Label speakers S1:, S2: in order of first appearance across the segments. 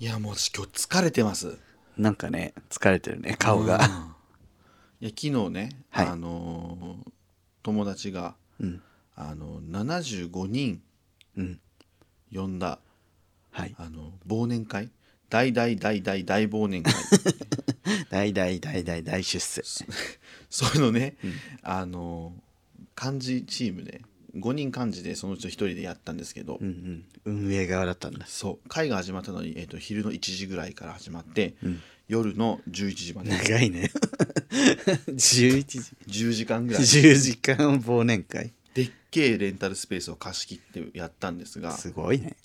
S1: いやもう私今日疲れてます
S2: なんかね疲れてるね顔 が、
S1: いや昨日ね、
S2: はい
S1: あのー友達が、
S2: うん
S1: あの75人
S2: うん、
S1: 呼んだ
S2: はい
S1: あの忘年会大大大大大忘年 会
S2: 大大大大大出世
S1: そういうのね、あのー漢字チームで5人漢字でそのうちの1人でやったんですけど、
S2: うんうん運営側だったんだ
S1: そう会が始まったのに、えー、と昼の1時ぐらいから始まって、夜の11時まで
S2: 長い ね11時
S1: 10時間ぐらい
S2: 10時間忘年会
S1: でっけえレンタルスペースを貸し切ってやったんですが
S2: すごいね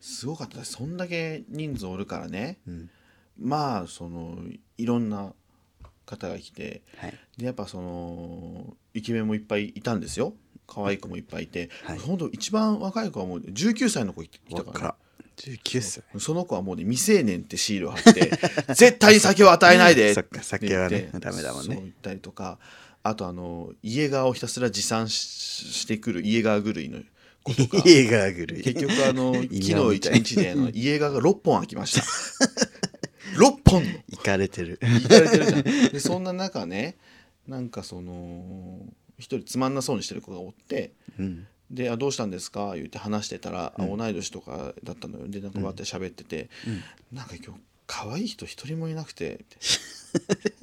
S1: すごかったですそんだけ人数おるからね、まあそのいろんな方が来て
S2: はい
S1: でやっぱそのイケメンもいっぱいいたんですよ可愛い子もいっぱいいて、
S2: はい
S1: ほんと一番若い子はもう19歳の子来たからね、
S2: 若19歳
S1: その子はもうね未成年ってシールを貼って 絶対に酒を与えないで
S2: そっか 酒はね
S1: って言って
S2: ダメだもんね
S1: そう言ったりとかあとあの家側をひたすら持参ししてくる家側狂いの子とか
S2: 家がぐるい
S1: 結局あの 昨日
S2: 稲み
S1: 一
S2: たい
S1: 日であの家側が6本開きました 6本の
S2: 行かれてる
S1: 行かれてるじゃんでそんな中ねなんかその一人つまんなそうにしてる子がおって
S2: うん
S1: であ「どうしたんですか?」言って話してたら、あ同い年とかだったのよでなんかわーって喋ってて、なんか今日可愛い人一人もいなくて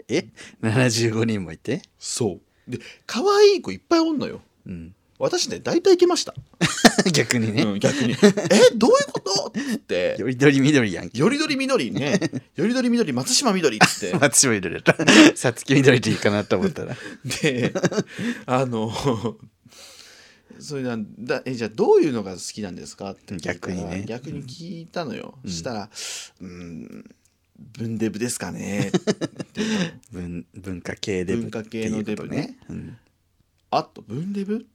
S2: え75人もいて
S1: そうで可愛い子いっぱいおんのよ
S2: うん
S1: 私ね大体行けました、
S2: 逆にね
S1: うん、逆 に「えどういうこと?」って
S2: よりどりみどりやんけ
S1: よりどりみどりねよりどりみどり松島みどりっつっ
S2: 松島みどりだった さつきみどりでいいかなと思ったら
S1: てであのそれなんだえじゃあどういうのが好きなんですかって聞いたら
S2: 逆にね
S1: 逆に聞いたのよ、したら「うんブンデブですかね」って言ったの
S2: 文文化系デブ
S1: 文化系のデブね
S2: っていうことうん
S1: あとブンデブ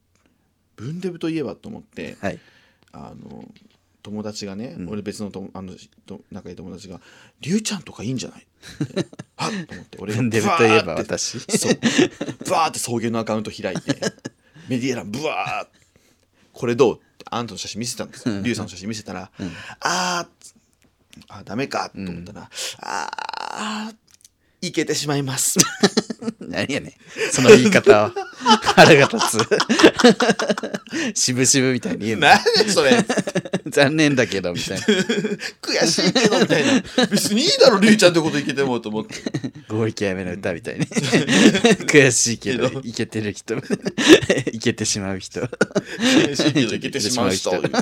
S1: ブンデブといえばと思って
S2: はい
S1: あの友達がね、俺別のとあのと仲いい友達が「りゅうちゃんとかいいんじゃない?」って「はっ!」と思って俺
S2: ブ
S1: が
S2: ンデブといえ
S1: ブ
S2: ば
S1: ワーって
S2: 私
S1: そう。ブワーって草原のアカウント開いて、 メディア欄ブワーってこれどうってあんたの写真見せたんですよ。リュウさんの写真見せたら、あー、あ、ダメかと思ったら、あー、いけてしまいます。
S2: 何やねんその言い方は腹が立つ渋々みたいに言うの
S1: 何それ
S2: 残念だけどみたいな
S1: 悔しいけどみたいな。別にいいだろ、リュウちゃんってこといけてもと思って。
S2: 合意やめの歌み たいに悔しいけど
S1: けど
S2: いけてる人 いけてしまう 人
S1: 悔しいけどいけてしまう人。言うて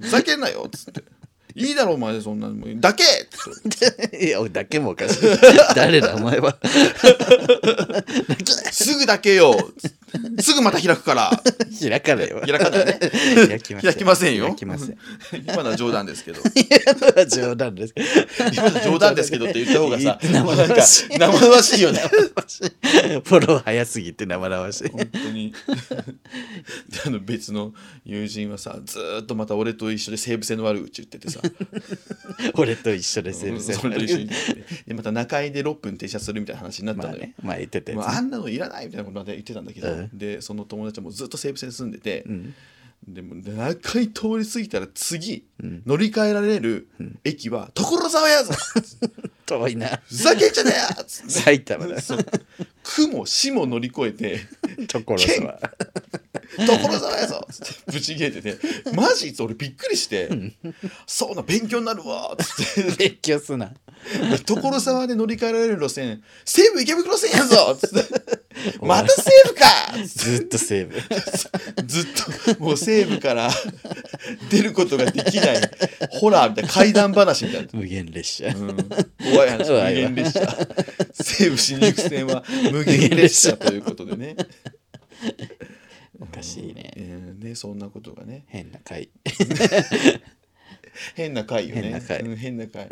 S1: ふざけんなよっつって。いいだろ、お前、そんなの。だけっつって
S2: いやだけもおかしい 誰だお前は
S1: すぐだけよつってすぐまた開くから
S2: 開かないわ
S1: 開かないね。
S2: 開きません
S1: 開きませんよ
S2: 開きません
S1: 今のは冗談です けど
S2: 冗談です
S1: 今のは冗談ですけどって言った方がさ
S2: 生々しい
S1: なんか生々しい よね
S2: フォロー早すぎて生々しい
S1: 本当にであの別の友人はさずーっとまた俺と一緒で西武線の悪口言って てさ
S2: 俺と一緒でセーブセ
S1: 俺と一緒にでまた中居で6分停車するみたいな話になったの
S2: まあ
S1: よ、
S2: ねまあ言ってたや
S1: ま
S2: つ
S1: あ、あんなのいらないみたいなことまで言ってたんだけど、
S2: うん
S1: でその友達はもうずっと西武線住んでて、
S2: ん
S1: でも中井通り過ぎたら次、乗り換えられる駅は所沢やぞ
S2: 遠いな
S1: ふざけんじゃねえやつって
S2: 埼玉 だ
S1: そう区も市も乗り越え て
S2: ところ沢
S1: 「所沢やぞ!」っつってぶち切れてて「マジ?」って俺びっくりして「そうな勉強になるわ」っつって
S2: 勉強すな
S1: 「所沢で乗り換えられる路線西武池袋線やぞ!」っつって「また西武か!」っつっ
S2: ずっとセー ブ
S1: てずっともう西武から出ることができないホラーみたいな怪談話みたいな。
S2: 無限列車
S1: うん怖い話無
S2: 怖いわ
S1: 限列車西武新宿線は無限列車ということでね、
S2: おかしいね
S1: えーねそんなことがね
S2: 変な回
S1: 変な回よね
S2: 変な回
S1: うん変な回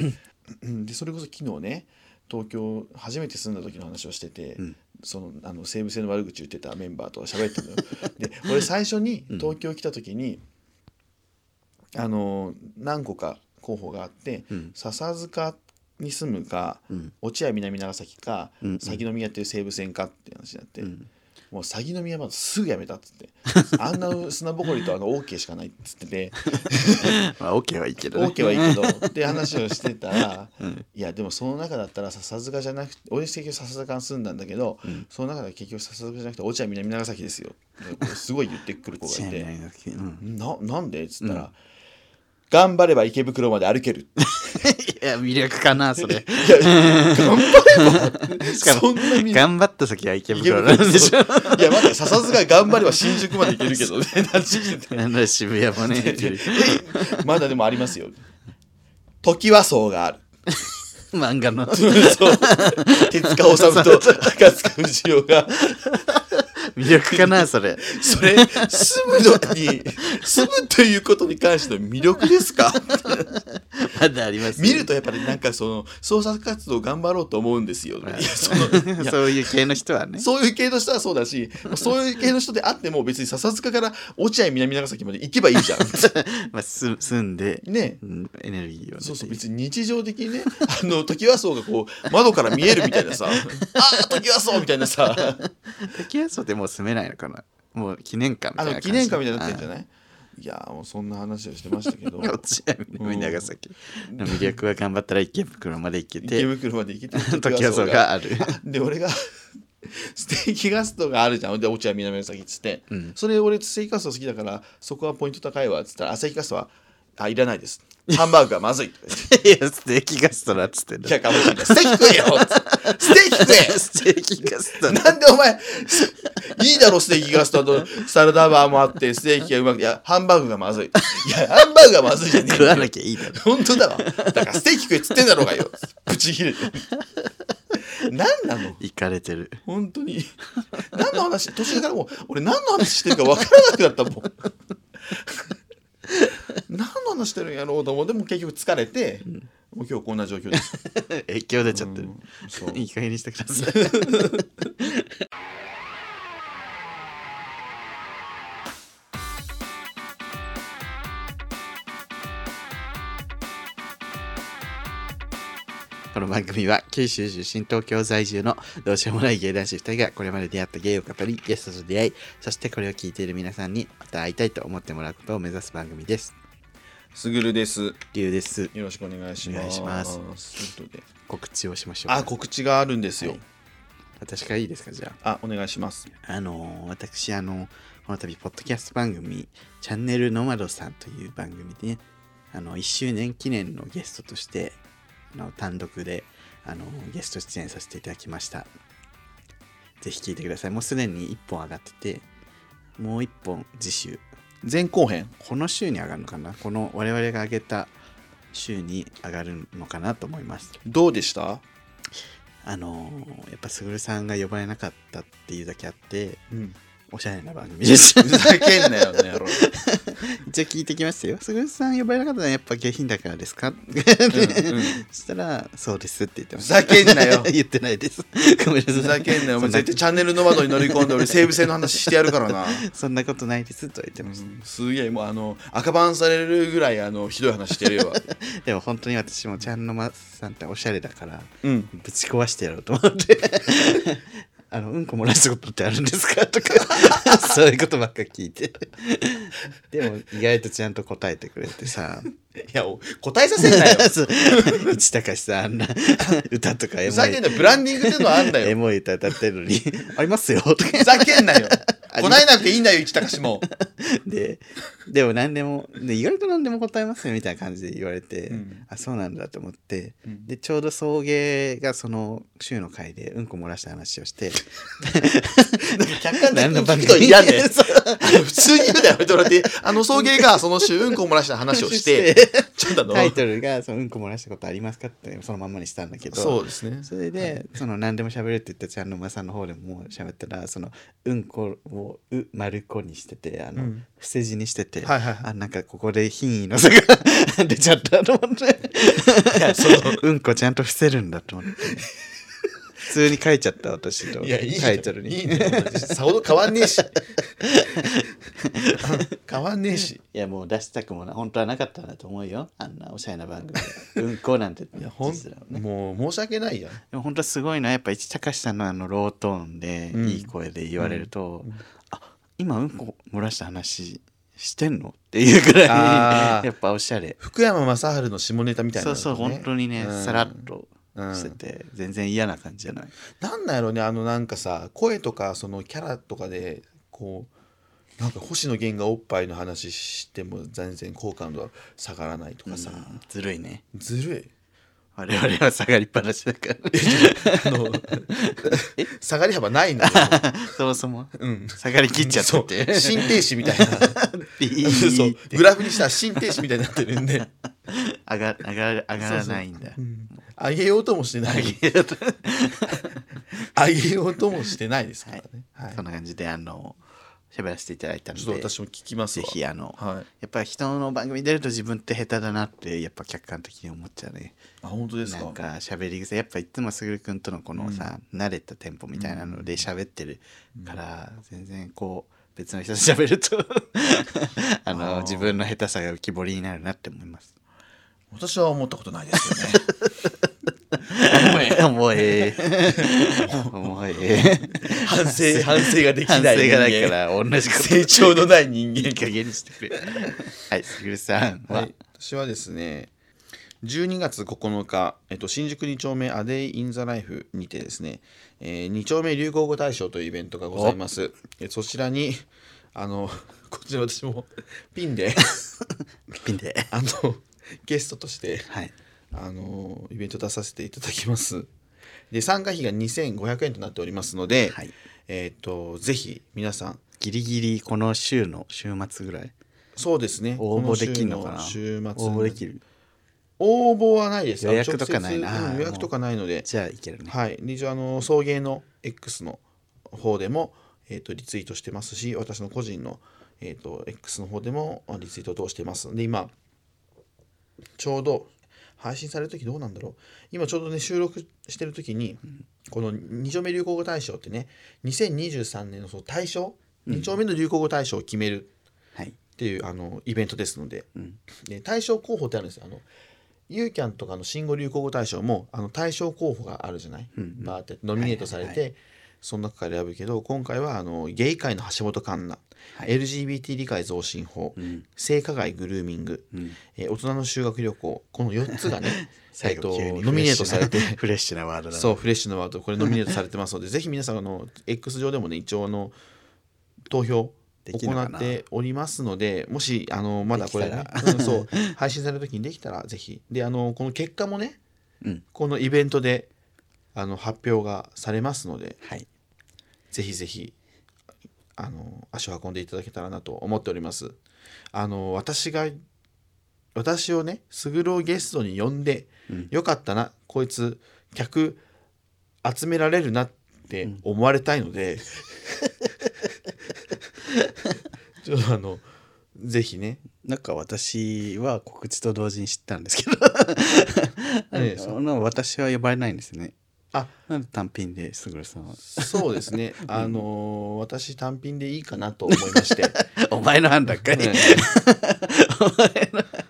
S1: うんでそれこそ昨日ね東京初めて住んだ時の話をしてて、そのあの西武線の悪口言ってたメンバーと喋ったのよ で俺最初に東京来た時に、あの何個か候補があって、笹塚に住むか、落合南長崎か、鷺宮っていう西武線かって話になって、もう詐欺の宮まですぐやめたっつって あんな砂ぼこりとあの OK しかないっつってて
S2: まあ、OK はいいけどね。
S1: OK はいいけどって話をしてたら、
S2: うん
S1: いやでもその中だったら笹塚じゃなくて俺結局笹塚に住んだんだけど、
S2: うん
S1: その中で結局笹塚じゃなくて落合南長崎ですよってすごい言ってくる子 がいて。
S2: うん
S1: ななんでっつったら、
S2: うん
S1: 頑張れば池袋まで歩ける
S2: いや、魅力かな、 それ。
S1: いや頑張れば
S2: しかも
S1: そんなに
S2: 頑張った先は池
S1: 池
S2: 袋
S1: 袋
S2: なん
S1: そう
S2: でしょ。
S1: いやまだ笹塚頑張れば新宿まで行けるけどねなっちゃってて
S2: なんだ渋谷もね、行ける
S1: まだでもありますよ時は層がある
S2: 漫画の
S1: そう手塚治虫と赤塚不二夫が
S2: 魅力かな、それ。
S1: それ住むのに住むということに関しての魅力ですか
S2: まだあります。
S1: 見るとやっぱりなんかその創作活動頑張ろうと思うんですよ、いやそのいや
S2: そういう系の人はね。
S1: そういう系の人はそうだし、そういう系の人であっても別に笹塚から落合南長崎まで行けばいいじゃ ん。
S2: まあ、す住んで、
S1: ね。
S2: うんエネルギーをね。
S1: そうそう別に日常的にねあの時はそうがこう窓から見えるみたいなさああ時はそうみたいなさ
S2: 竹安荘でもう住めないのかな。もう記念館み
S1: あ
S2: たいな
S1: の
S2: 感じ。
S1: 記念館みたいになってるんじゃ
S2: ない
S1: ないいやーもうそんな話をしてましたけ ど
S2: 落合南長崎の魅力は頑張ったら池袋まで行け
S1: 池
S2: て、
S1: 袋まで行けて
S2: 時はそうがある。
S1: で俺が ステーキガストがあるじゃんで落合南崎っつって、
S2: うん
S1: それ俺ステーキガスト好きだからそこはポイント高いわっつったらあステーキガストは「あいらないですハンバーグはまず い」とか言って
S2: いや、ステーキガストラっつって
S1: 「
S2: んだ
S1: いやかもしれないステーキ食えよ」っつってステーキ食え
S2: ステーキガストラ。
S1: なんでお前 すいいだろステーキガストとサラダバーもあってステーキがうまくいやハンバーグがまずい」「いやハンバーグがまずいじゃねえ
S2: 食
S1: よ
S2: わなきゃいいだろ。
S1: 本当だわだからステーキ食えっつってんだろうがよ」ブチ切れて何なの
S2: 行かれてる。
S1: 本当に何の話途中からもう俺何の話してるか分からなくなったもん何の話してるんやろうと思うでも結局疲れて、もう今日こんな状況です
S2: 影響出ちゃってる
S1: う。んそう
S2: いい加減にしてください。 この番組は九州出身東京在住のどうしようもない芸男子2人がこれまで出会った芸を語りゲストと出会いそしてこれを聞いている皆さんにまた会いたいと思ってもらうことを目指す番組です。
S1: すぐるです
S2: 理由です。
S1: よろしくお願いします
S2: お願いします
S1: ということで
S2: 告知をしましょうか。
S1: あ告知があるんですよ、
S2: はい私からいいですかじゃあ。
S1: あお願いします
S2: あのー私あのこの度ポッドキャスト番組「チャンネルノマドさん」という番組であの1周年記念のゲストとしてあの単独であのゲスト出演させていただきましたぜひ聴いてくださいもうすでに1本上がっててもう1本次週
S1: 前後編
S2: この週に上がるのかなこの我々が上げた週に上がるのかなと思います
S1: どうでした、
S2: あのーやっぱすぐるさんが呼ばれなかったっていうだけあって
S1: うん、
S2: おしゃれな番組でした
S1: ふざけんなよね 野郎
S2: 一応聞いてきましたよ。すぐるさん呼ばれなかったのはやっぱ下品だからですか、
S1: うんうん
S2: そしたら、そうですって言ってま
S1: ふ
S2: した。
S1: ざけんなよ
S2: 言ってないです。ごめんなさ
S1: ふ
S2: い。
S1: ざけんなよお前
S2: そん
S1: 絶対チャンネルの窓に乗り込んで俺西武線の話してやるからな
S2: そんなことないですとは言ってました。
S1: すげえもうあの赤バンされるぐらいあのひどい話してるよ。
S2: でも本当に私もちゃんのまさんっておしゃれだから、
S1: うん。
S2: ぶち壊してやろうと思って。 あのうんこ漏らすことってあるんですか とかそういうことばっか聞いて でも意外とちゃんと答えてくれてさ
S1: いやお答えさせんなよ。
S2: そう市隆さんあんな歌とかエ
S1: ふ
S2: モ
S1: ざ
S2: い
S1: けんなよブランディングってのはあんだ
S2: エ
S1: よ。
S2: モい歌歌ってる のに、ありますよとか
S1: ふざけんな よ。
S2: あり
S1: 答えなくていいんだよ市高氏も。
S2: で、 でも何でも、で意外と何でも答えますよみたいな感じで言われて、
S1: うん
S2: あ、そうなんだと思って、
S1: うん
S2: で、ちょうど送迎がその週の回でうんこ漏らした話をして、
S1: 客観的
S2: 何
S1: に
S2: の番
S1: 聞
S2: 組
S1: くと嫌で
S2: 。そう
S1: 普通に言うだよ。俺ってあの送迎がその週うんこ漏らした話をして、 ちょっとあの
S2: タイトルがそのうんこ漏らしたことありますかってそのまんまにしたんだけど、
S1: そうですね。
S2: それで、その何でも喋るって言ったちゃんのまさんの方でも喋ったらそのうんこを「う」丸子にしててあの、
S1: うん
S2: 伏せ字にしてて、
S1: はいはいはい
S2: あなんかここで品位の差が出ちゃったと思って
S1: いやその
S2: うんこちゃんと伏せるんだと思って。通に書いちゃった私と
S1: いやいいじゃん
S2: タイトルに
S1: いいねさほど変わんね えし変わんねえし
S2: いやもう出したくもな本当はなかったなと思うよあんなおしゃれな番組うんこなんてい
S1: いやほんもう申し訳ないやん
S2: でも本当はすごいのはやっぱ市隆さんのあのロートーンで
S1: うん
S2: いい声で言われると、あ今うんこ漏らした話してんのっていうくら
S1: あ
S2: い
S1: ー
S2: やっぱおしゃれ
S1: 福山雅治の下ネタみたいな
S2: そ
S1: のね、
S2: うそう本当にね、
S1: うん
S2: さらっと
S1: うん
S2: してて、全然嫌な感じじゃない
S1: なんなんやろうねあのなんかさ声とかそのキャラとかでこうなんか星野源がおっぱいの話しても全然好感度は下がらないとかさ、
S2: うんずるいね
S1: ずる い
S2: 我々は下がりっぱなし だから
S1: あの 下がり幅ないのよ
S2: そもそも
S1: うん
S2: 下がりきっちゃったって
S1: そう心停止みた いな
S2: ピーっ て
S1: そうグラフにしたら心停止みたいになってるんで
S2: 上が上が上がらないんだ
S1: うん上げようともしてない上げようともしてないですからね、はい
S2: そんな感じであの喋らせていただいたの
S1: ちょっ
S2: で
S1: と私も聞きます
S2: ぜ
S1: わ
S2: ひあの
S1: はい
S2: やっぱ人の番組出ると自分って下手だなってやっぱ客観的に思っちゃうね
S1: あ本当です
S2: な
S1: か
S2: んか喋り癖やっぱいつもすぐるくんとのこのさ、慣れたテンポみたいなので喋ってるから、全然こう別の人と喋ると あの
S1: あー
S2: 自分の下手さが浮き彫りになるなって思います
S1: 私は思ったことないです よねあごめん
S2: 重い 重い
S1: 反省反省ができない
S2: 反省がないから同じこと
S1: 成長のない人
S2: い
S1: 間
S2: い加減にしてくれはいすぐるさんは、
S1: はい、私はですね12月9日、えっと、新宿2丁目アデイ・イン・ザ・ライフにてですね、え2丁目流行語大賞というイベントがございますえそちらにあのこちら私もピンで
S2: ピンで
S1: あのゲストとして
S2: はい
S1: あのイベント出させていただきますで参加費が2500円となっておりますので、
S2: はい
S1: えっとぜひ皆さん
S2: ギリギリこの週の週末ぐらい
S1: そうですね
S2: 応募できるのか
S1: こ
S2: な
S1: 週の週末
S2: 応募できる
S1: 応募はないですよ
S2: 予約とかないな
S1: 直接うん予約とかないので
S2: じゃあいけるね
S1: はい、で一応あの送迎の X の方でも、えー、とリツイートしてますし私の個人の、えー、と X の方でもあリツイートを通してますで今ちょうど配信される時どうなんだろう今ちょうどね収録してる時に、この2丁目流行語大賞ってね2023年のその大賞2丁目の流行語大賞を決める
S2: はい
S1: っていう、あのイベントですので,、
S2: ん
S1: で大賞候補ってあるんですよあのユーキャンとかの新語・流行語大賞もあの大賞候補があるじゃない、バーってノミネートされて、その中から選ぶけど今回はあのゲイ界の橋本環奈、LGBT 理解増進法、性加害グルーミング、えー大人の修学旅行この4つがね えっと
S2: 急に
S1: ノミネートされて
S2: フレッシュなフレッシュなワードだな
S1: そうフレッシュなワードこれノミネートされてますのでぜひ皆さんあの X 上でもね一応あの投票
S2: できる
S1: 行
S2: のか
S1: っ
S2: な
S1: ておりますのでもしあのまだこれ、ね
S2: で
S1: うんそう配信される時にできたらぜひであのこの結果もね、
S2: うん
S1: このイベントであの発表がされますので
S2: はい
S1: ぜひぜひあの足を運んでいただけたらなと思っておりますあの私が私をねスグルをゲストに呼んで、よかったなこいつ客集められるなって思われたいので、ちょっとあのぜひね
S2: なんか私は告知と同時に知ったん ですけど
S1: 何
S2: なん
S1: で
S2: か
S1: すか
S2: なんか私は呼ばれないんですね
S1: あ
S2: なんで単品ですぐるさんは
S1: そうですね、あの私単品でいいかなと思いまして
S2: お前の判断かい、
S1: ね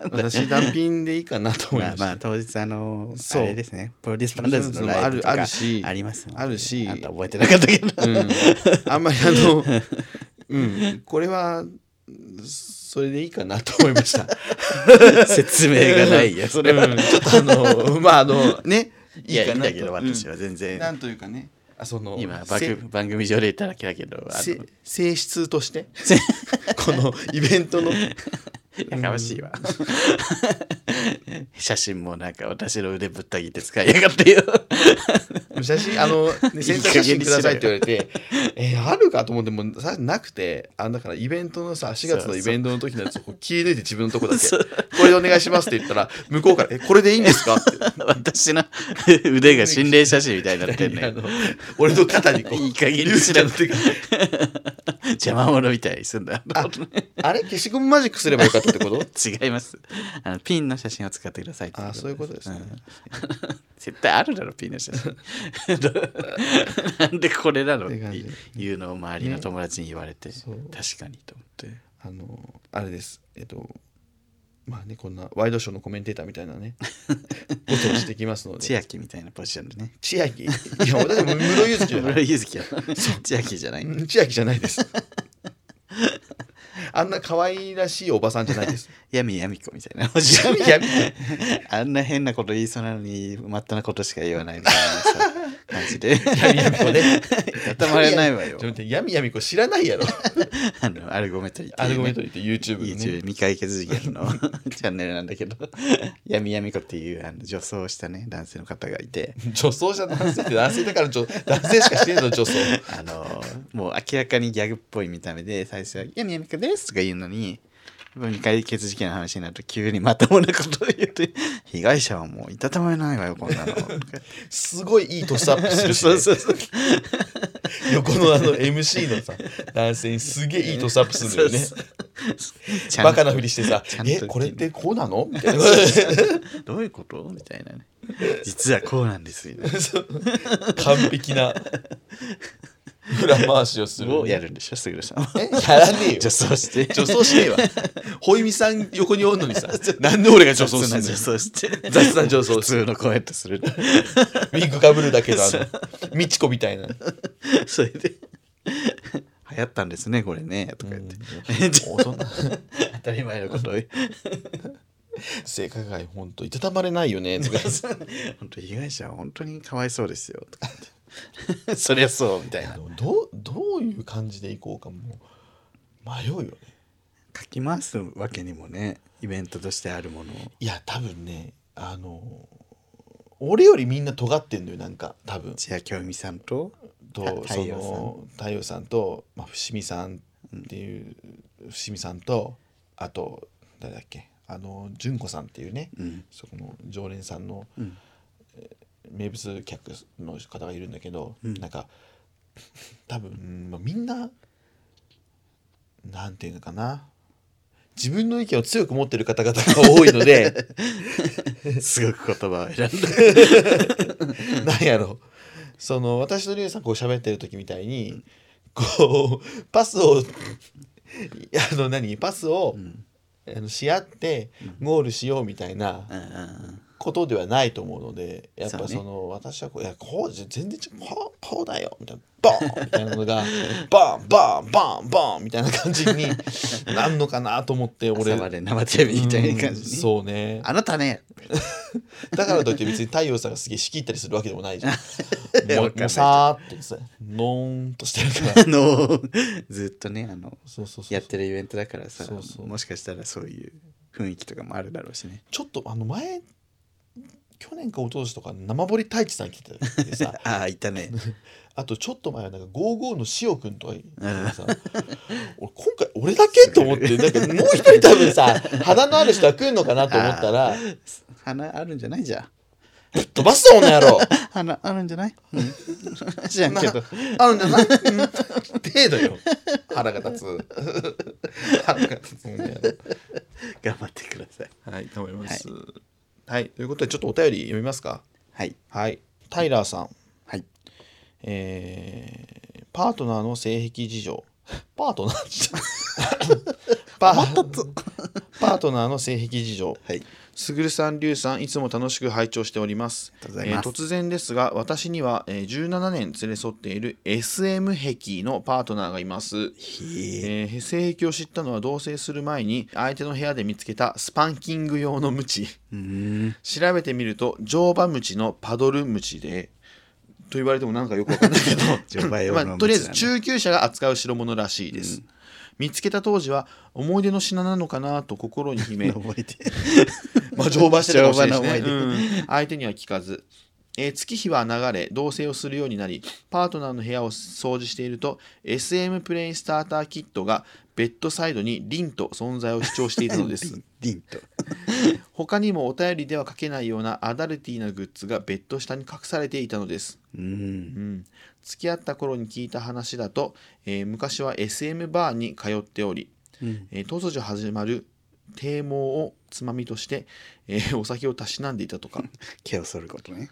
S1: 私単品でいいかなと思い
S2: ま
S1: ま
S2: あ
S1: して、
S2: まあ当日あの
S1: そう
S2: あれですねプロデュースパンダーズのライブとか
S1: あるあるし
S2: ありますので
S1: あるし
S2: あんた覚えてなかったけど、
S1: うんあんまりあの、うん、これはそれでいいかなと思いま した。
S2: 説明がないやそれは、
S1: うんちょっとあ のまああのね
S2: いやいいんだけど
S1: いいかなと
S2: 私は全
S1: うん
S2: 然、
S1: なんというかねあその
S2: 今番
S1: せ
S2: 組番組上でいただけだけどあ
S1: せ性質として このイベントの
S2: のやかましいわ 写真もなんか私の腕ぶった切って使いやがってよ
S1: 写真あの
S2: いい
S1: ね選択写真くださいって言われ
S2: 加
S1: てえーあるかと思ってもうさなくてあだからイベントのさ4月のイベントの時のやつをこう 切り抜いて自分のとこだけ
S2: そう
S1: これでお願いしますって言ったら向こうから「えこれでいいんですか?」って
S2: 私の腕が心霊写真みたいになってん
S1: あ
S2: ね
S1: の俺の肩にこう
S2: いい加減にしろ
S1: 勇気が出て
S2: 邪魔者みたいにすんだ
S1: ああれ消しゴムマジックすればよかったってこと
S2: 違いますあのピンの写真を使ってくださいって
S1: あそういうことですね
S2: ん絶対あるだろピーの写真 なんでこれなのって
S1: って感じ
S2: いうのを周りの友達に言われて、
S1: そう
S2: 確かにと思って
S1: あのあれですえっとまあねこんなワイドショーのコメンテーターみたいな ねことをしてきますので
S2: 千秋みたいなポジションでね
S1: 千秋いや私も室井祐介じゃ な
S2: 室井祐介は千秋じゃない
S1: いうん千秋じゃないです あんな可愛らしいおばさんじゃない です
S2: 闇闇子みたいなポジション
S1: 闇闇
S2: あんな変なこと言いそうなのにまったなことしか言わないみたいなさ感じで
S1: 闇闇子ね
S2: いたたまれないわよ
S1: ちょっと待って闇闇子知らないやろ
S2: あのアルゴメトリーって
S1: ア
S2: いうね
S1: ルゴメトリーって YouTube のね
S2: YouTube 未解決事件の チャンネルなんだけど闇闇子っていうあの女装したね男性の方がいて
S1: 女装じゃ男性って男性だから女男性しかしてないの女装
S2: あのもう明らかにギャグっぽい見た目で最初は「闇闇子です」とか言うのにやっぱ未解決事件の話になると急にまともなことを言って被害者はもういたたまれないわよこん なの
S1: すごいいいトスアップするしね、
S2: そうそうそう
S1: 横のあの MC のさ男性にすげえいいトスアップするんだよね
S2: そうそうちゃんと
S1: バカなふりしてさ
S2: ち
S1: 「
S2: ゃんと
S1: えこれってこうなの?」みたいな
S2: どういうことみたいなね実はこうなんですよ、
S1: そう完璧な裏回しをする
S2: をやるんでしょすぐるさんは
S1: えやらねえよ
S2: 女装して
S1: 女装してえわほいみさん横におんのに さなんで俺が女装す
S2: 雑
S1: る
S2: な
S1: の
S2: 女装して
S1: 雑な女装
S2: 普
S1: して
S2: 通の声とする
S1: ウィッグかぶるだけのあのみちこみたいな
S2: それで流行ったんですねこれねとか言って、
S1: 大人
S2: 当たり前のことを
S1: 性加害ほんといたたまれないよねとか
S2: 本当被害者は本当にかわいそうですよとか言ってそりゃそうみたいな
S1: でもどうどういう感じでいこうかもう迷うよね
S2: 書き回すわけにもねイベントとしてあるものを
S1: いや多分ねあの俺よりみんな尖ってんのよなんか多分
S2: 千秋美さんとた
S1: と
S2: 太
S1: そ
S2: 陽さん
S1: の太陽さんと、まあ、伏見さんっていう、伏見さんとあと誰だっけあの純子さんっていうね、
S2: うん
S1: そこの常連さんの、
S2: うん
S1: えー名物客の方がいるんだけど、
S2: うん
S1: なんか多分、まあ、みんななんていうのかな自分の意見を強く持ってる方々が多いの で
S2: すごく言葉を選ん だ
S1: なんやろその私とリュウさんこう喋ってる時みたいにこうパスをあの何パスを、
S2: ん
S1: あのし合ってゴールしようみたいな。
S2: うんうん
S1: ことではないと思うのでやっぱ
S2: そう
S1: そ
S2: ね
S1: の私はこういやこうじゃ全然ちょこうこうだよみたいなボーンみたいなのがバンバンバンバンみたいな感じになんのかなと思って
S2: うん、
S1: 俺
S2: 朝まで生テレビみたいな感
S1: うん
S2: じに
S1: そうね
S2: あなたね
S1: だからといって別に太陽さんがすげえ仕切ったりするわけでもない じゃんも
S2: わかん
S1: う
S2: ない
S1: もうさーっとさのーんとしてるから
S2: あのずっとねあの
S1: そうそうそう
S2: やってるイベントだからさ
S1: そうそう
S2: もしかしたらそういう雰囲気とかもあるだろうしね
S1: ちょっとあの前去年か一昨年とか生堀太一さん来てた時 さ
S2: ああいたね
S1: あとちょっと前はなんか55の塩くんとかい
S2: うん
S1: さ、俺今回俺だけと思ってなんかもう一人多分さ肌のある人が来るのかなと思った ら
S2: 花あるんじゃないじゃん
S1: ぶっ飛ばすぞこの野郎
S2: 花あるんじゃない、うん、知らん
S1: な
S2: けど
S1: あるんじゃないうん程度よ腹が立 つ 腹が立つんだよ
S2: 頑張ってください
S1: はい頑張りますはい、ということでちょっとお便り読みますか
S2: はい
S1: はいタイラーさん
S2: はい
S1: えーパートナーの性癖事情パートナー パーパートナーの性癖事情
S2: はい
S1: すぐるさん、りゅうさん、いつも楽しく拝聴しております。
S2: ありがとうございます
S1: えー突然ですが、私には、えー17年連れ添っている SM 癖のパートナーがいます。
S2: へえ
S1: えー性癖を知ったのは同棲する前に相手の部屋で見つけたスパンキング用のムチ。
S2: うん
S1: 調べてみると乗馬ムチのパドルムチでと言われてもなんかよくわかんない けど
S2: 乗馬用の
S1: まあ、
S2: 鞭
S1: とりあえず中級者が扱う代物らしいです、見つけた当時は思い出の品なのかなと心に 秘め
S2: 覚えて
S1: まあ乗馬してたかもしれないで すね
S2: 乗馬の
S1: うん相手には聞かず、えー月日は流れ同棲をするようになりパートナーの部屋を掃除していると SM プレインスターターキットがベッドサイドに凛と存在を主張していたの です
S2: リンリンと
S1: 他にもお便りでは書けないようなアダルティーなグッズがベッド下に隠されていたのです、う
S2: う
S1: んん、付き合った頃に聞いた話だと、えー昔は SM バーに通っており、
S2: うん
S1: えー突如始まる 低毛をつまみとして、えーお酒をたしなんでいたとか
S2: 毛を剃ることね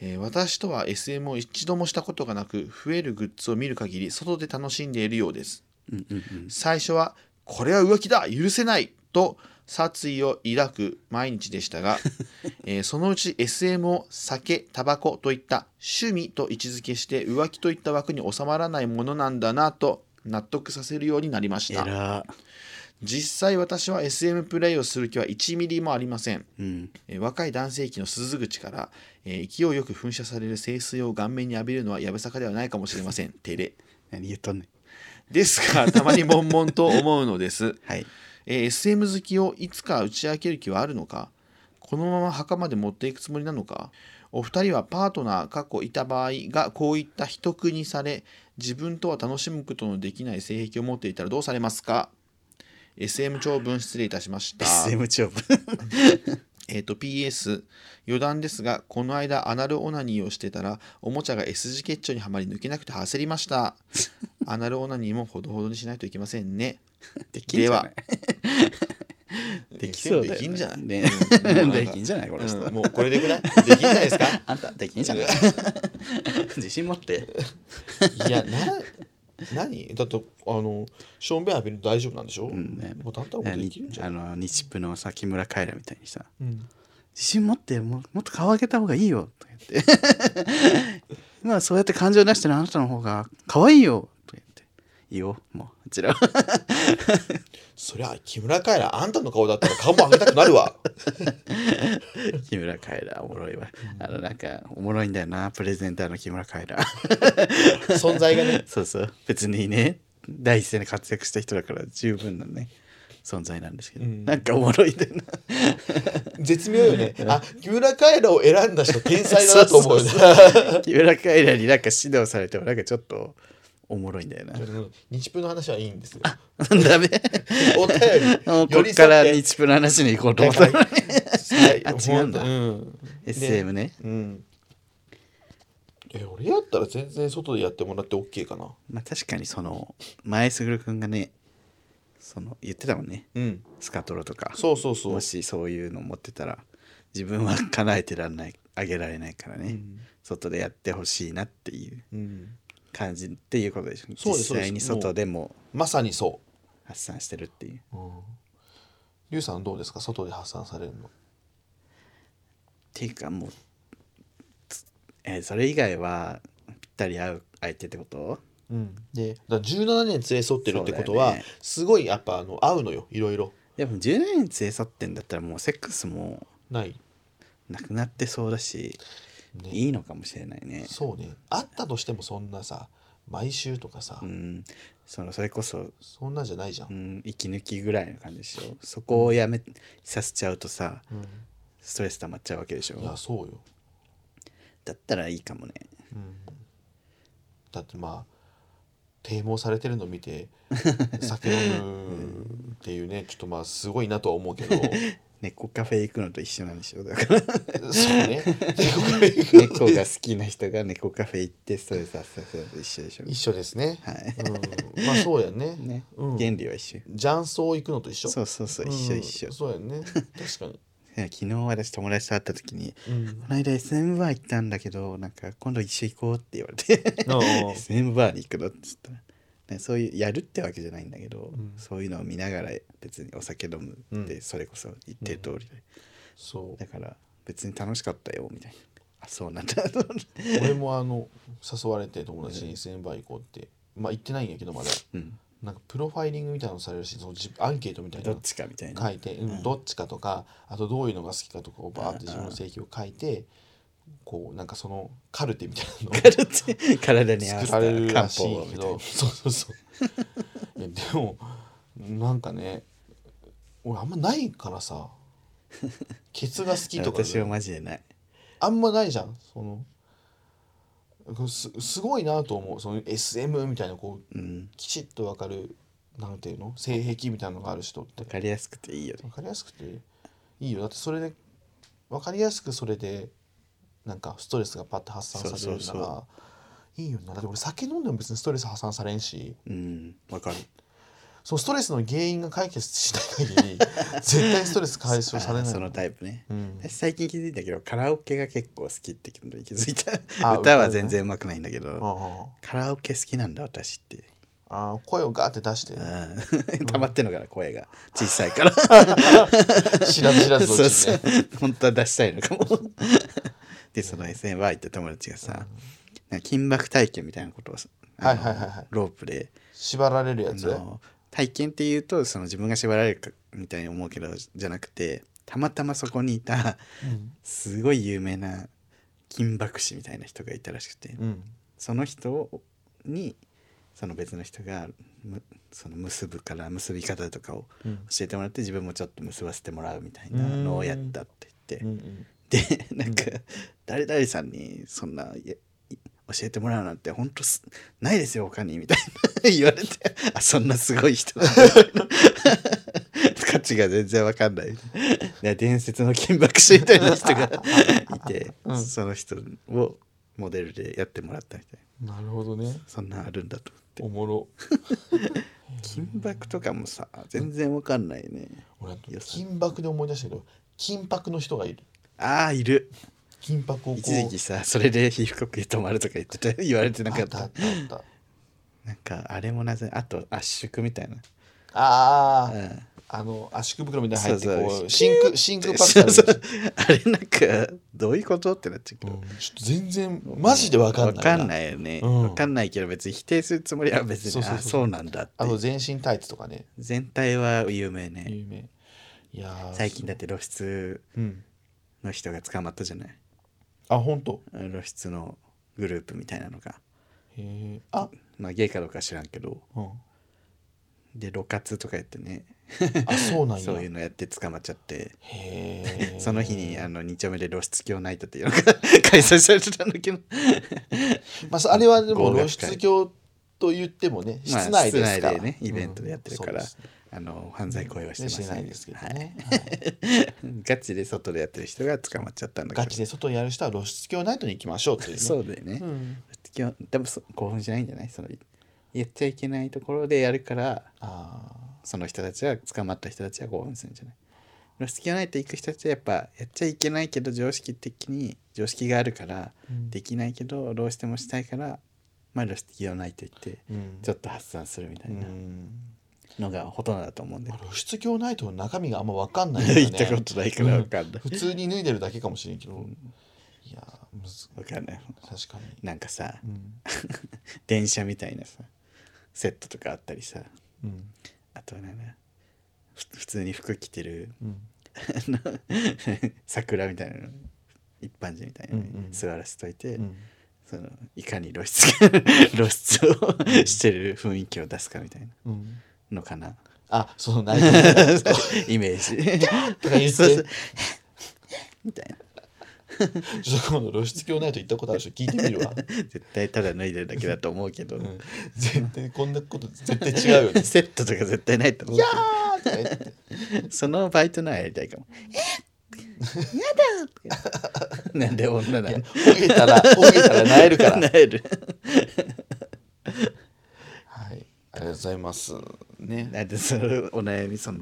S1: えー私とは SM を一度もしたことがなく増えるグッズを見る限り外で楽しんでいるようです
S2: うんうんうん
S1: 最初は「これは浮気だ許せない!」と殺意を抱く毎日でしたが、えーそのうち SM を酒タバコといった趣味と位置づけして浮気といった枠に収まらないものなんだなと納得させるようになりまし
S2: え
S1: た
S2: ら
S1: 実際私は SM プレイをする気は1ミリもありません
S2: うん
S1: えー若い男性器の鈴口から、えー勢いよく噴射される清水を顔面に浴びるのはやぶさかではないかもしれません。照れ。
S2: 何言っとんねん
S1: ですが、たまに悶々と思うのです。
S2: はい
S1: えー SM 好きをいつか打ち明ける気はあるのかこのまま墓まで持っていくつもりなのかお二人はパートナー過去いた場合がこういった秘匿にされ自分とは楽しむことのできない性癖を持っていたらどうされますか ?SM 長文失礼いたしました。
S2: SM 長文
S1: えっ、と PS 余談ですがこの間アナルオナニーをしてたらおもちゃが S 字結腸にはまり抜けなくて焦りました アナルオナニーもほどほどにしないといけませんね
S2: できんじゃない
S1: で
S2: できそうだよ、ね、
S1: できんじゃない、
S2: ね
S1: うん
S2: できんじゃないこの人、
S1: うんもうこれでくらいできんじゃないですか
S2: あんたできんじゃない自信持って
S1: いやな 何だってあのションベン浴びると大丈夫なんでしょ、
S2: うんね
S1: もうだったら
S2: あ
S1: もうできるんじゃない、
S2: の日プのさ木村カエラみたいにさ
S1: うん
S2: 自信持ってももっと顔上げた方がいいよとか言って まあそうやって感情出してるあなたの方が可愛いよとか言っていいよもうこちらは
S1: そりゃ木村カエラあんたの顔だったら顔も上げたくなるわ
S2: 木村カエラおもろいわあのなんかおもろいんだよなプレゼンターの木村カエラ
S1: 存在がね
S2: そうそう別にね第一線で活躍した人だから十分なね存在なんですけど、
S1: うん
S2: なんかおもろいん だよな
S1: 絶妙よねあ木村カエラを選んだ人天才だなと思う よね
S2: 木村カエラになんか指導されてもなんかちょっとおもろいんだよな
S1: 日プの話はいいんですよ。
S2: ダメ
S1: お便り
S2: もうこ
S1: 寄
S2: っ
S1: り
S2: か
S1: 添
S2: ら
S1: って
S2: 日プの話に行こうと思った のに
S1: はい
S2: あ違うんだ
S1: ほんと
S2: SM ね
S1: うん。うん。え、俺やったら全然外でやってもらって OK かな。
S2: まあ確かにその前卓君がねその言ってたもんね
S1: うん。
S2: スカトロとか
S1: そうそうそう
S2: も。しそういうの持ってたら自分は叶えてらんないあげられないからね、
S1: うん
S2: 外でやってほしいなっていう
S1: うん。
S2: 感じっていうことでしょ
S1: そうです
S2: 実際に
S1: そうです
S2: 外でも
S1: まさにそ
S2: 発散してるっていう
S1: う。うん。リュウさんどうですか外で発散されるの。
S2: っていうかもう、つえーそれ以外はぴったり合う相手ってこと
S1: うん、でだから17年連れ添ってるってこと
S2: そう
S1: は、
S2: だよね
S1: すごいやっぱあの合うのよいろいろ
S2: でも10年連れ添ってんだったらもうセックスも
S1: ない、
S2: なくなってそうだし、
S1: ね、
S2: いいのかもしれないね
S1: そうねあったとしてもそんなさ毎週とかさ、
S2: うんそのそれこそ、
S1: そんなんじゃないじゃん
S2: う、ん、息抜きぐらいの感じでしょそこをやめさせちゃうとさ
S1: うん
S2: ストレス溜まっちゃうわけでし
S1: いや
S2: ょ
S1: そうよ、
S2: だったらいいかもね
S1: だってまあ堤防されてるの見 て酒飲むっていうねちょっとまあすごいなとは思う けど
S2: 猫カフェ行くのと一緒なんでしょだから
S1: そうね
S2: 猫が好きな人が猫カフェ行ってストレス発散するのと一緒でしょ
S1: 一緒ですね、
S2: はい
S1: うん、まあそうやね
S2: ね、
S1: うん
S2: 原理は一緒
S1: 雀荘行くのと一緒
S2: そうそうそう一緒
S1: うん
S2: 一緒、
S1: そうやね確か に、
S2: いや昨日私友達と会った時に「
S1: うん
S2: こ、の間 SM バー行ったんだけどなんか今度一緒行こう」って言われて
S1: あ
S2: 「SM バーに行くの?」って言ったら、ね、そういうやるってわけじゃないんだけど、
S1: うん
S2: そういうのを見ながら別にお酒飲むって、
S1: うん
S2: それこそ言ってる通りで、
S1: そ
S2: だから別に楽しかったよみたいなあそうなんだ
S1: う俺もあの誘われて友達に1000倍行こうってまあ行ってないんやけどまだ
S2: うん、
S1: なんかプロファイリングみたいなのされるしその自アンケートみたいな
S2: どっちかみたいな、
S1: 書いて、うんどっちかとかあとどういうのが好きかとかをバーって自分の性癖を書いてこうなんかそのカルテみたい なのを
S2: 体に合わせ
S1: 作られる
S2: た漢
S1: らし
S2: 方
S1: い
S2: を
S1: け
S2: みたい
S1: ど
S2: な
S1: そうそうそういやでもなんかね俺あんまないからさケツが好きとかね、
S2: 私はマジでない
S1: あんまないじゃんそのすすごいなと思うその SM みたいなこう
S2: うん
S1: きちっと分かるなんていうの性癖みたいなのがある人って
S2: 分かりやすくていいよね
S1: わかりやすくていいよだってそれでわかりやすくそれでなんかストレスがパッと発散される
S2: そ
S1: な
S2: うそう
S1: らいいよなだって俺酒飲んでも別にストレス発散されんし
S2: うんわかる
S1: そのストレスの原因が解決しない 限り絶対ストレス解消され
S2: あー
S1: ない
S2: そのタイプね
S1: うん
S2: 私最近気づいたけどカラオケが結構好きってことに気づい
S1: あ
S2: た歌は全然うまくないんだけど
S1: あ
S2: カラオケ好きなんだ私って
S1: ああー声をガーって出して
S2: うん溜まってんのかな声が小さいから
S1: 知らず知らずのうちに
S2: そう
S1: ね
S2: そう本当は出したいのかもでその SNY って友達がさ、なんか金箔体験みたいなことをさあの
S1: はいはいはいはい
S2: ロープで
S1: 縛られるや
S2: あ
S1: つ
S2: の体験っていうとその自分が縛られるかみたいに思うけどじゃなくてたまたまそこにいた
S1: うん
S2: すごい有名な金箔師みたいな人がいたらしくて
S1: うん
S2: その人にその別の人がむその結ぶから結び方とかを
S1: うん
S2: 教えてもらって自分もちょっと結ばせてもらうみたいなのをやったって言って
S1: う。ん
S2: でなんか誰々さんにそんないやい教えてもらうなんて本当すないですよ他にみたいな 言われてあそんなすごい人なんだ価値が全然わかんないで伝説の金箔師みたいな人が いて、
S1: うん
S2: その人をモデルでやってもらったみたいな
S1: うんなるほどね
S2: そんなんあるんだと
S1: おもろ
S2: 金箔とかもさ全然わかんないね
S1: 俺
S2: よさ
S1: 金箔で思い出したけど金箔の人がいる
S2: ああいる
S1: 金箔をこう
S2: 一時期さそれで皮膚呼吸止まるとか言ってた言われてなか
S1: あ
S2: っ
S1: ったあ
S2: た
S1: ったあった
S2: なんかあれもなぜあと圧縮みたいな、
S1: あ
S2: う
S1: ー
S2: ん、
S1: あの圧縮袋みたいなの入って
S2: そうそう
S1: こう真空真空パック さ
S2: そ
S1: れ
S2: うそう
S1: てる
S2: あれなんかどういうことってなっちゃうけ
S1: う
S2: ど、
S1: んちょっと全然マジでわかんない
S2: わかんないよね、
S1: うん
S2: わかんないけど別に否定するつもりは別に
S1: そうそうそう
S2: あそうなんだって
S1: あと全身タイツとかね
S2: 全体は有名ね
S1: 有名いやー
S2: 最近だって露出
S1: うん
S2: の人が捕まったじゃない
S1: あ本当
S2: あの露出のグループみたいなのが
S1: へえあ
S2: まあゲイかどうか知らんけど
S1: うん
S2: で露活とかやってね
S1: あそうなんや
S2: そういうのやって捕まっちゃって
S1: へえ
S2: その日にあの2丁目で露出狂ナイトっていうのが 開催されてたんだけど
S1: まあ、そあれはでも 露
S2: 合格会
S1: 出鏡と言ってもね
S2: まあ
S1: 室内ですから、
S2: 室内でねイベントでやってるから
S1: うんそうです
S2: あの犯罪行為はして
S1: ね
S2: ま
S1: して
S2: せん
S1: ないですけどね、はい
S2: はいガチで外でやってる人が捕まっちゃったんだけど
S1: ガチで外にやる人は露出鏡ナイトに行きましょうっていうね
S2: そうだよね、
S1: うん
S2: 基本でもそ興奮しないんじゃないその言っちゃいけないところでやるから
S1: あ
S2: その人たちは捕まった人たちは興奮するんじゃない露出狂ナイト行く人たちはやっぱやっちゃいけないけど常識的に常識があるから
S1: ーうん
S2: できないけどどうしてもしたいからまあ露出狂ナイト行って
S1: うん
S2: ちょっと発散するみた
S1: う
S2: いなんのがほとんどだと思うんで、
S1: まあ露出鏡ナイトの中身があんま分かんないから ね
S2: 行ったことないから分かんない
S1: 普通に脱いでるだけかもしれんけど、
S2: うん
S1: いやーむず
S2: わかんない
S1: 確かに、
S2: なんかさ
S1: うん
S2: 電車みたいなさセットとかあったりさ
S1: うん
S2: あとはなんだふ普通に服着てる
S1: うん
S2: あの桜みたいなの一般人みたいなのに
S1: うんうん
S2: 座らせといて、
S1: うん
S2: そのいか に露出が露出をしてる雰囲気を出すかみたいな
S1: うん
S2: の かな
S1: あそのナ イトね
S2: イメー
S1: とか言
S2: ジ
S1: っ
S2: そうそう
S1: て
S2: みたいな
S1: ちょっと今度露出鏡ナイト行ったことある人聞いてみるわ、
S2: 絶対ただ脱いでるだけだと思うけど、
S1: うん、絶対こんなこと絶対違うよね
S2: セットとか絶対 ないと思
S1: いうやーとか言って
S2: そのバイトならやりたいかも。えやだとかなんで女なの
S1: ほげたら、ほげたら萎える から。
S2: なえる。
S1: はい。ありがとうございます。ね。
S2: なんでそのお悩みその、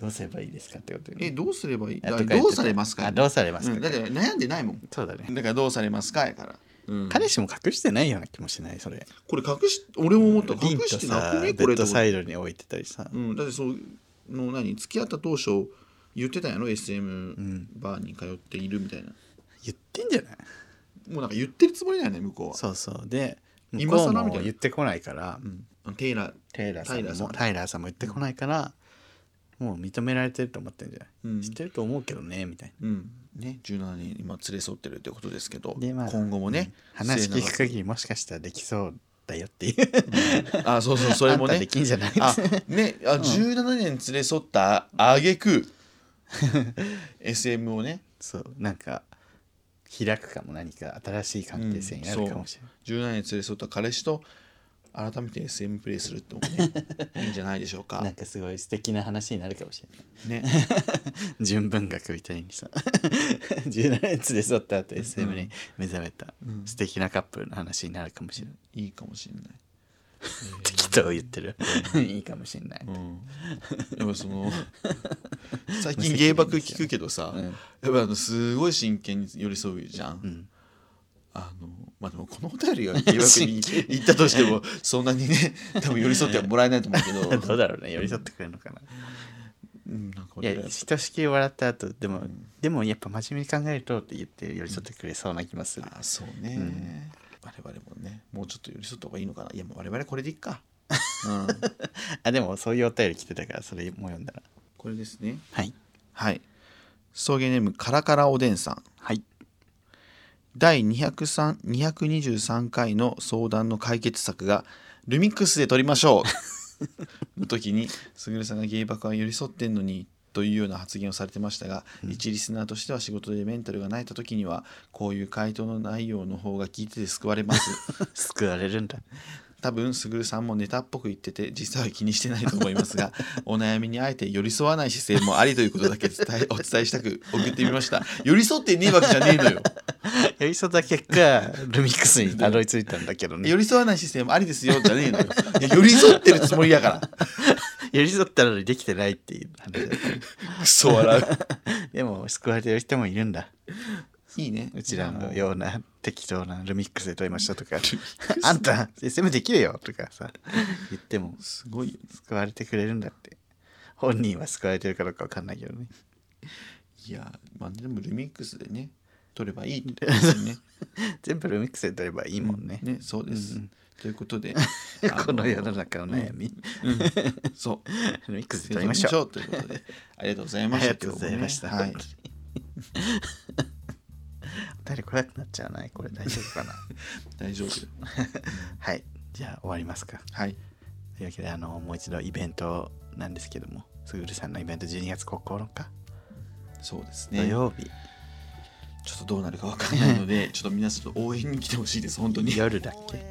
S2: どうすればいいですかってことに
S1: え、どうすればいい
S2: あとか言ってた
S1: どうされますか
S2: あどうされます
S1: う
S2: か、
S1: んだって悩んでないもん。
S2: そうだね。
S1: だからどうされますかやから。うん
S2: 彼氏も隠してないような気もしないそれ。
S1: これ隠し、俺も思った
S2: リン
S1: 隠
S2: と
S1: してな
S2: さ
S1: く
S2: ベ
S1: ねこれ
S2: ッ
S1: と思
S2: ド
S1: っ
S2: サ
S1: て。
S2: イドに置いてたりさ。
S1: うん、だってそう、の何、付き合った当初、言ってたんやろ、SM
S2: ん
S1: バーに通っているみたいな。
S2: 言ってんじゃない
S1: もうなんか言ってるつもりだよね、向こうは。
S2: そうそう。で向
S1: 今
S2: こ
S1: 更みたい
S2: う
S1: な
S2: も言ってこないから、
S1: うんテイラー、
S2: タイラーさ
S1: タイラー
S2: ん
S1: さ
S2: も
S1: ん
S2: タイラーさんも言ってこないから、もう認められてると思ってんじゃない、
S1: うん
S2: 知ってると思うけどねみたいな。
S1: うん、ね、17人今連れ添ってるってことですけど、
S2: でまあ
S1: 今後もね、
S2: 話聞く
S1: 末永
S2: 限りもしかしたらできそうだよっていう
S1: くあ、そうそう、それも
S2: あんた
S1: ね
S2: で、きんじゃない
S1: あねあ、17年連れ添ったあげ く SM をね
S2: そうなんか開くかも何か新しい関係性になるかもしれない、
S1: 17年連れ添った彼氏と改めて SM プレイするってもねいいんじゃないでしょうか
S2: なんかすごい素敵な話になるかもしれない
S1: ね
S2: 純文学みたいにさ 17年連れ添った後 SM に目覚めた素敵なカップルの話になるかもしれない、
S1: いいかもしれない
S2: 適当言ってる いいかもしれない、
S1: うん、やっぱそ の最近芸爆聞くけどさ、
S2: うん
S1: やっぱあのすごい真剣に寄り添うじゃん、
S2: うん、
S1: あのまあでもこのお便りが疑惑に行ったとしてもそんなにね多分寄り添ってはもらえないと思うけど
S2: どうだろうね寄り添ってくれるのかな
S1: うんなんか
S2: い
S1: 俺ら
S2: やひとしきり笑った後でも、でもやっぱ真面目に考えるとって言って寄り添ってくれそうな気もする、
S1: あそうね、
S2: うん
S1: 我々もねもうちょっと寄り添った方がいいのかないやもう我々これでいっか、うん、
S2: あでもそういうお便り来てたからそれも読んだら
S1: これですね
S2: はい
S1: はい送迎ネームカラカラおでんさん
S2: はい
S1: 第203 223回の相談の解決策が「ルミックスで撮りましょ う」の時にすぐるさんが芸爆は寄り添ってんのにというような発言をされてましたが、一リスナーとしては仕事でメンタルが泣いた時にはこういう回答の内容の方が聞いてて救われます
S2: 救われるんだ
S1: 多分すぐるさんもネタっぽく言ってて実際は気にしてないと思います がお悩みにあえて寄り添わない姿勢もありということだけ伝えお伝えした く送ってみました寄り添ってねえわけじゃねえのよ
S2: 寄り添った結 果ルミックスにたどり着いたんだけどね
S1: 寄り添わない姿勢もありですよじゃねえのよいや寄り添ってるつもりやから
S2: 寄り添ったのにできてないっていう話だっ
S1: クソ笑
S2: たでも救われてる人もいるんだ
S1: ういいね
S2: うちらの
S1: よ
S2: ような適当なルミックスで撮りましたと か
S1: クス
S2: あんた説明できるよとかさ言っても
S1: すごいよね
S2: 救われてくれるんだって本人は救われてるかどうかわかんないけどね
S1: いやまあでもルミックスでね取ればいい ってことですよね
S2: 全部ルミックスで撮ればいいもんね、
S1: ねそうです、ということで
S2: この世の中の悩み、
S1: うんそう
S2: ルミックスで撮りましょう
S1: ということで、 ありがとうございました。
S2: ありがとうございました
S1: 今日もねはい。
S2: 誰来なくなっちゃわないこれ大丈夫かな
S1: 大丈夫。
S2: はいじゃあ終わりますか
S1: はい。
S2: というわけであのもう一度イベントなんですけどもすぐるさんのイベント12月9日、
S1: そうです
S2: 土
S1: ね。
S2: 曜日
S1: ちょっとどうなるかわかんないの で、ちょっと皆さんちょっと応援に来てほしいです。本当に。夜、
S2: 夜だっ け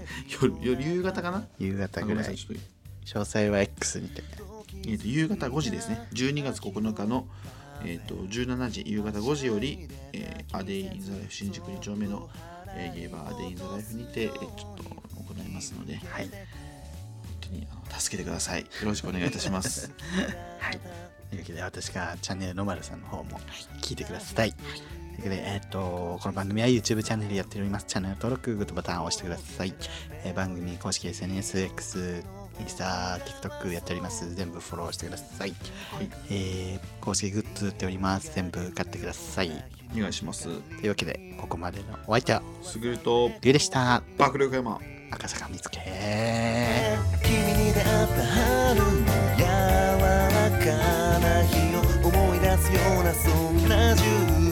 S1: 夜、夕方かな。
S2: 夕方
S1: あ
S2: ぐ
S1: ごめん
S2: ら
S1: ないさいちょ
S2: 詳
S1: っと
S2: 細は X にて
S1: えっと夕方5時ですね12月9日の、えっと17時夕方5時より、えーアデイ・イン・ザ・ライフ新宿2丁目の、えーゲイバーアデイ・イン・ザ・ライフにて、えーちょっと行いますので、
S2: はい
S1: 本当にあの助けてくださいよろしくお願いいたします
S2: はい。というわけで、私がチャンネルのまるさんの方も聞いてください。というわけで、えっ、と、この番組は YouTube チャンネルでやっております。チャンネル登録、グッドボタンを押してください。えー番組公式 SNS、X、インスタ、TikTok やっております。全部フォローしてください。
S1: はい
S2: えー公式グッズ売っております。全部買ってください。
S1: お願いします
S2: というわけで、ここまでのお相手は、
S1: すぐると
S2: ゆうでした。
S1: 爆力山
S2: 赤坂見つけ
S3: 君に出会った春の柔らかな日を思い出すようなそんな10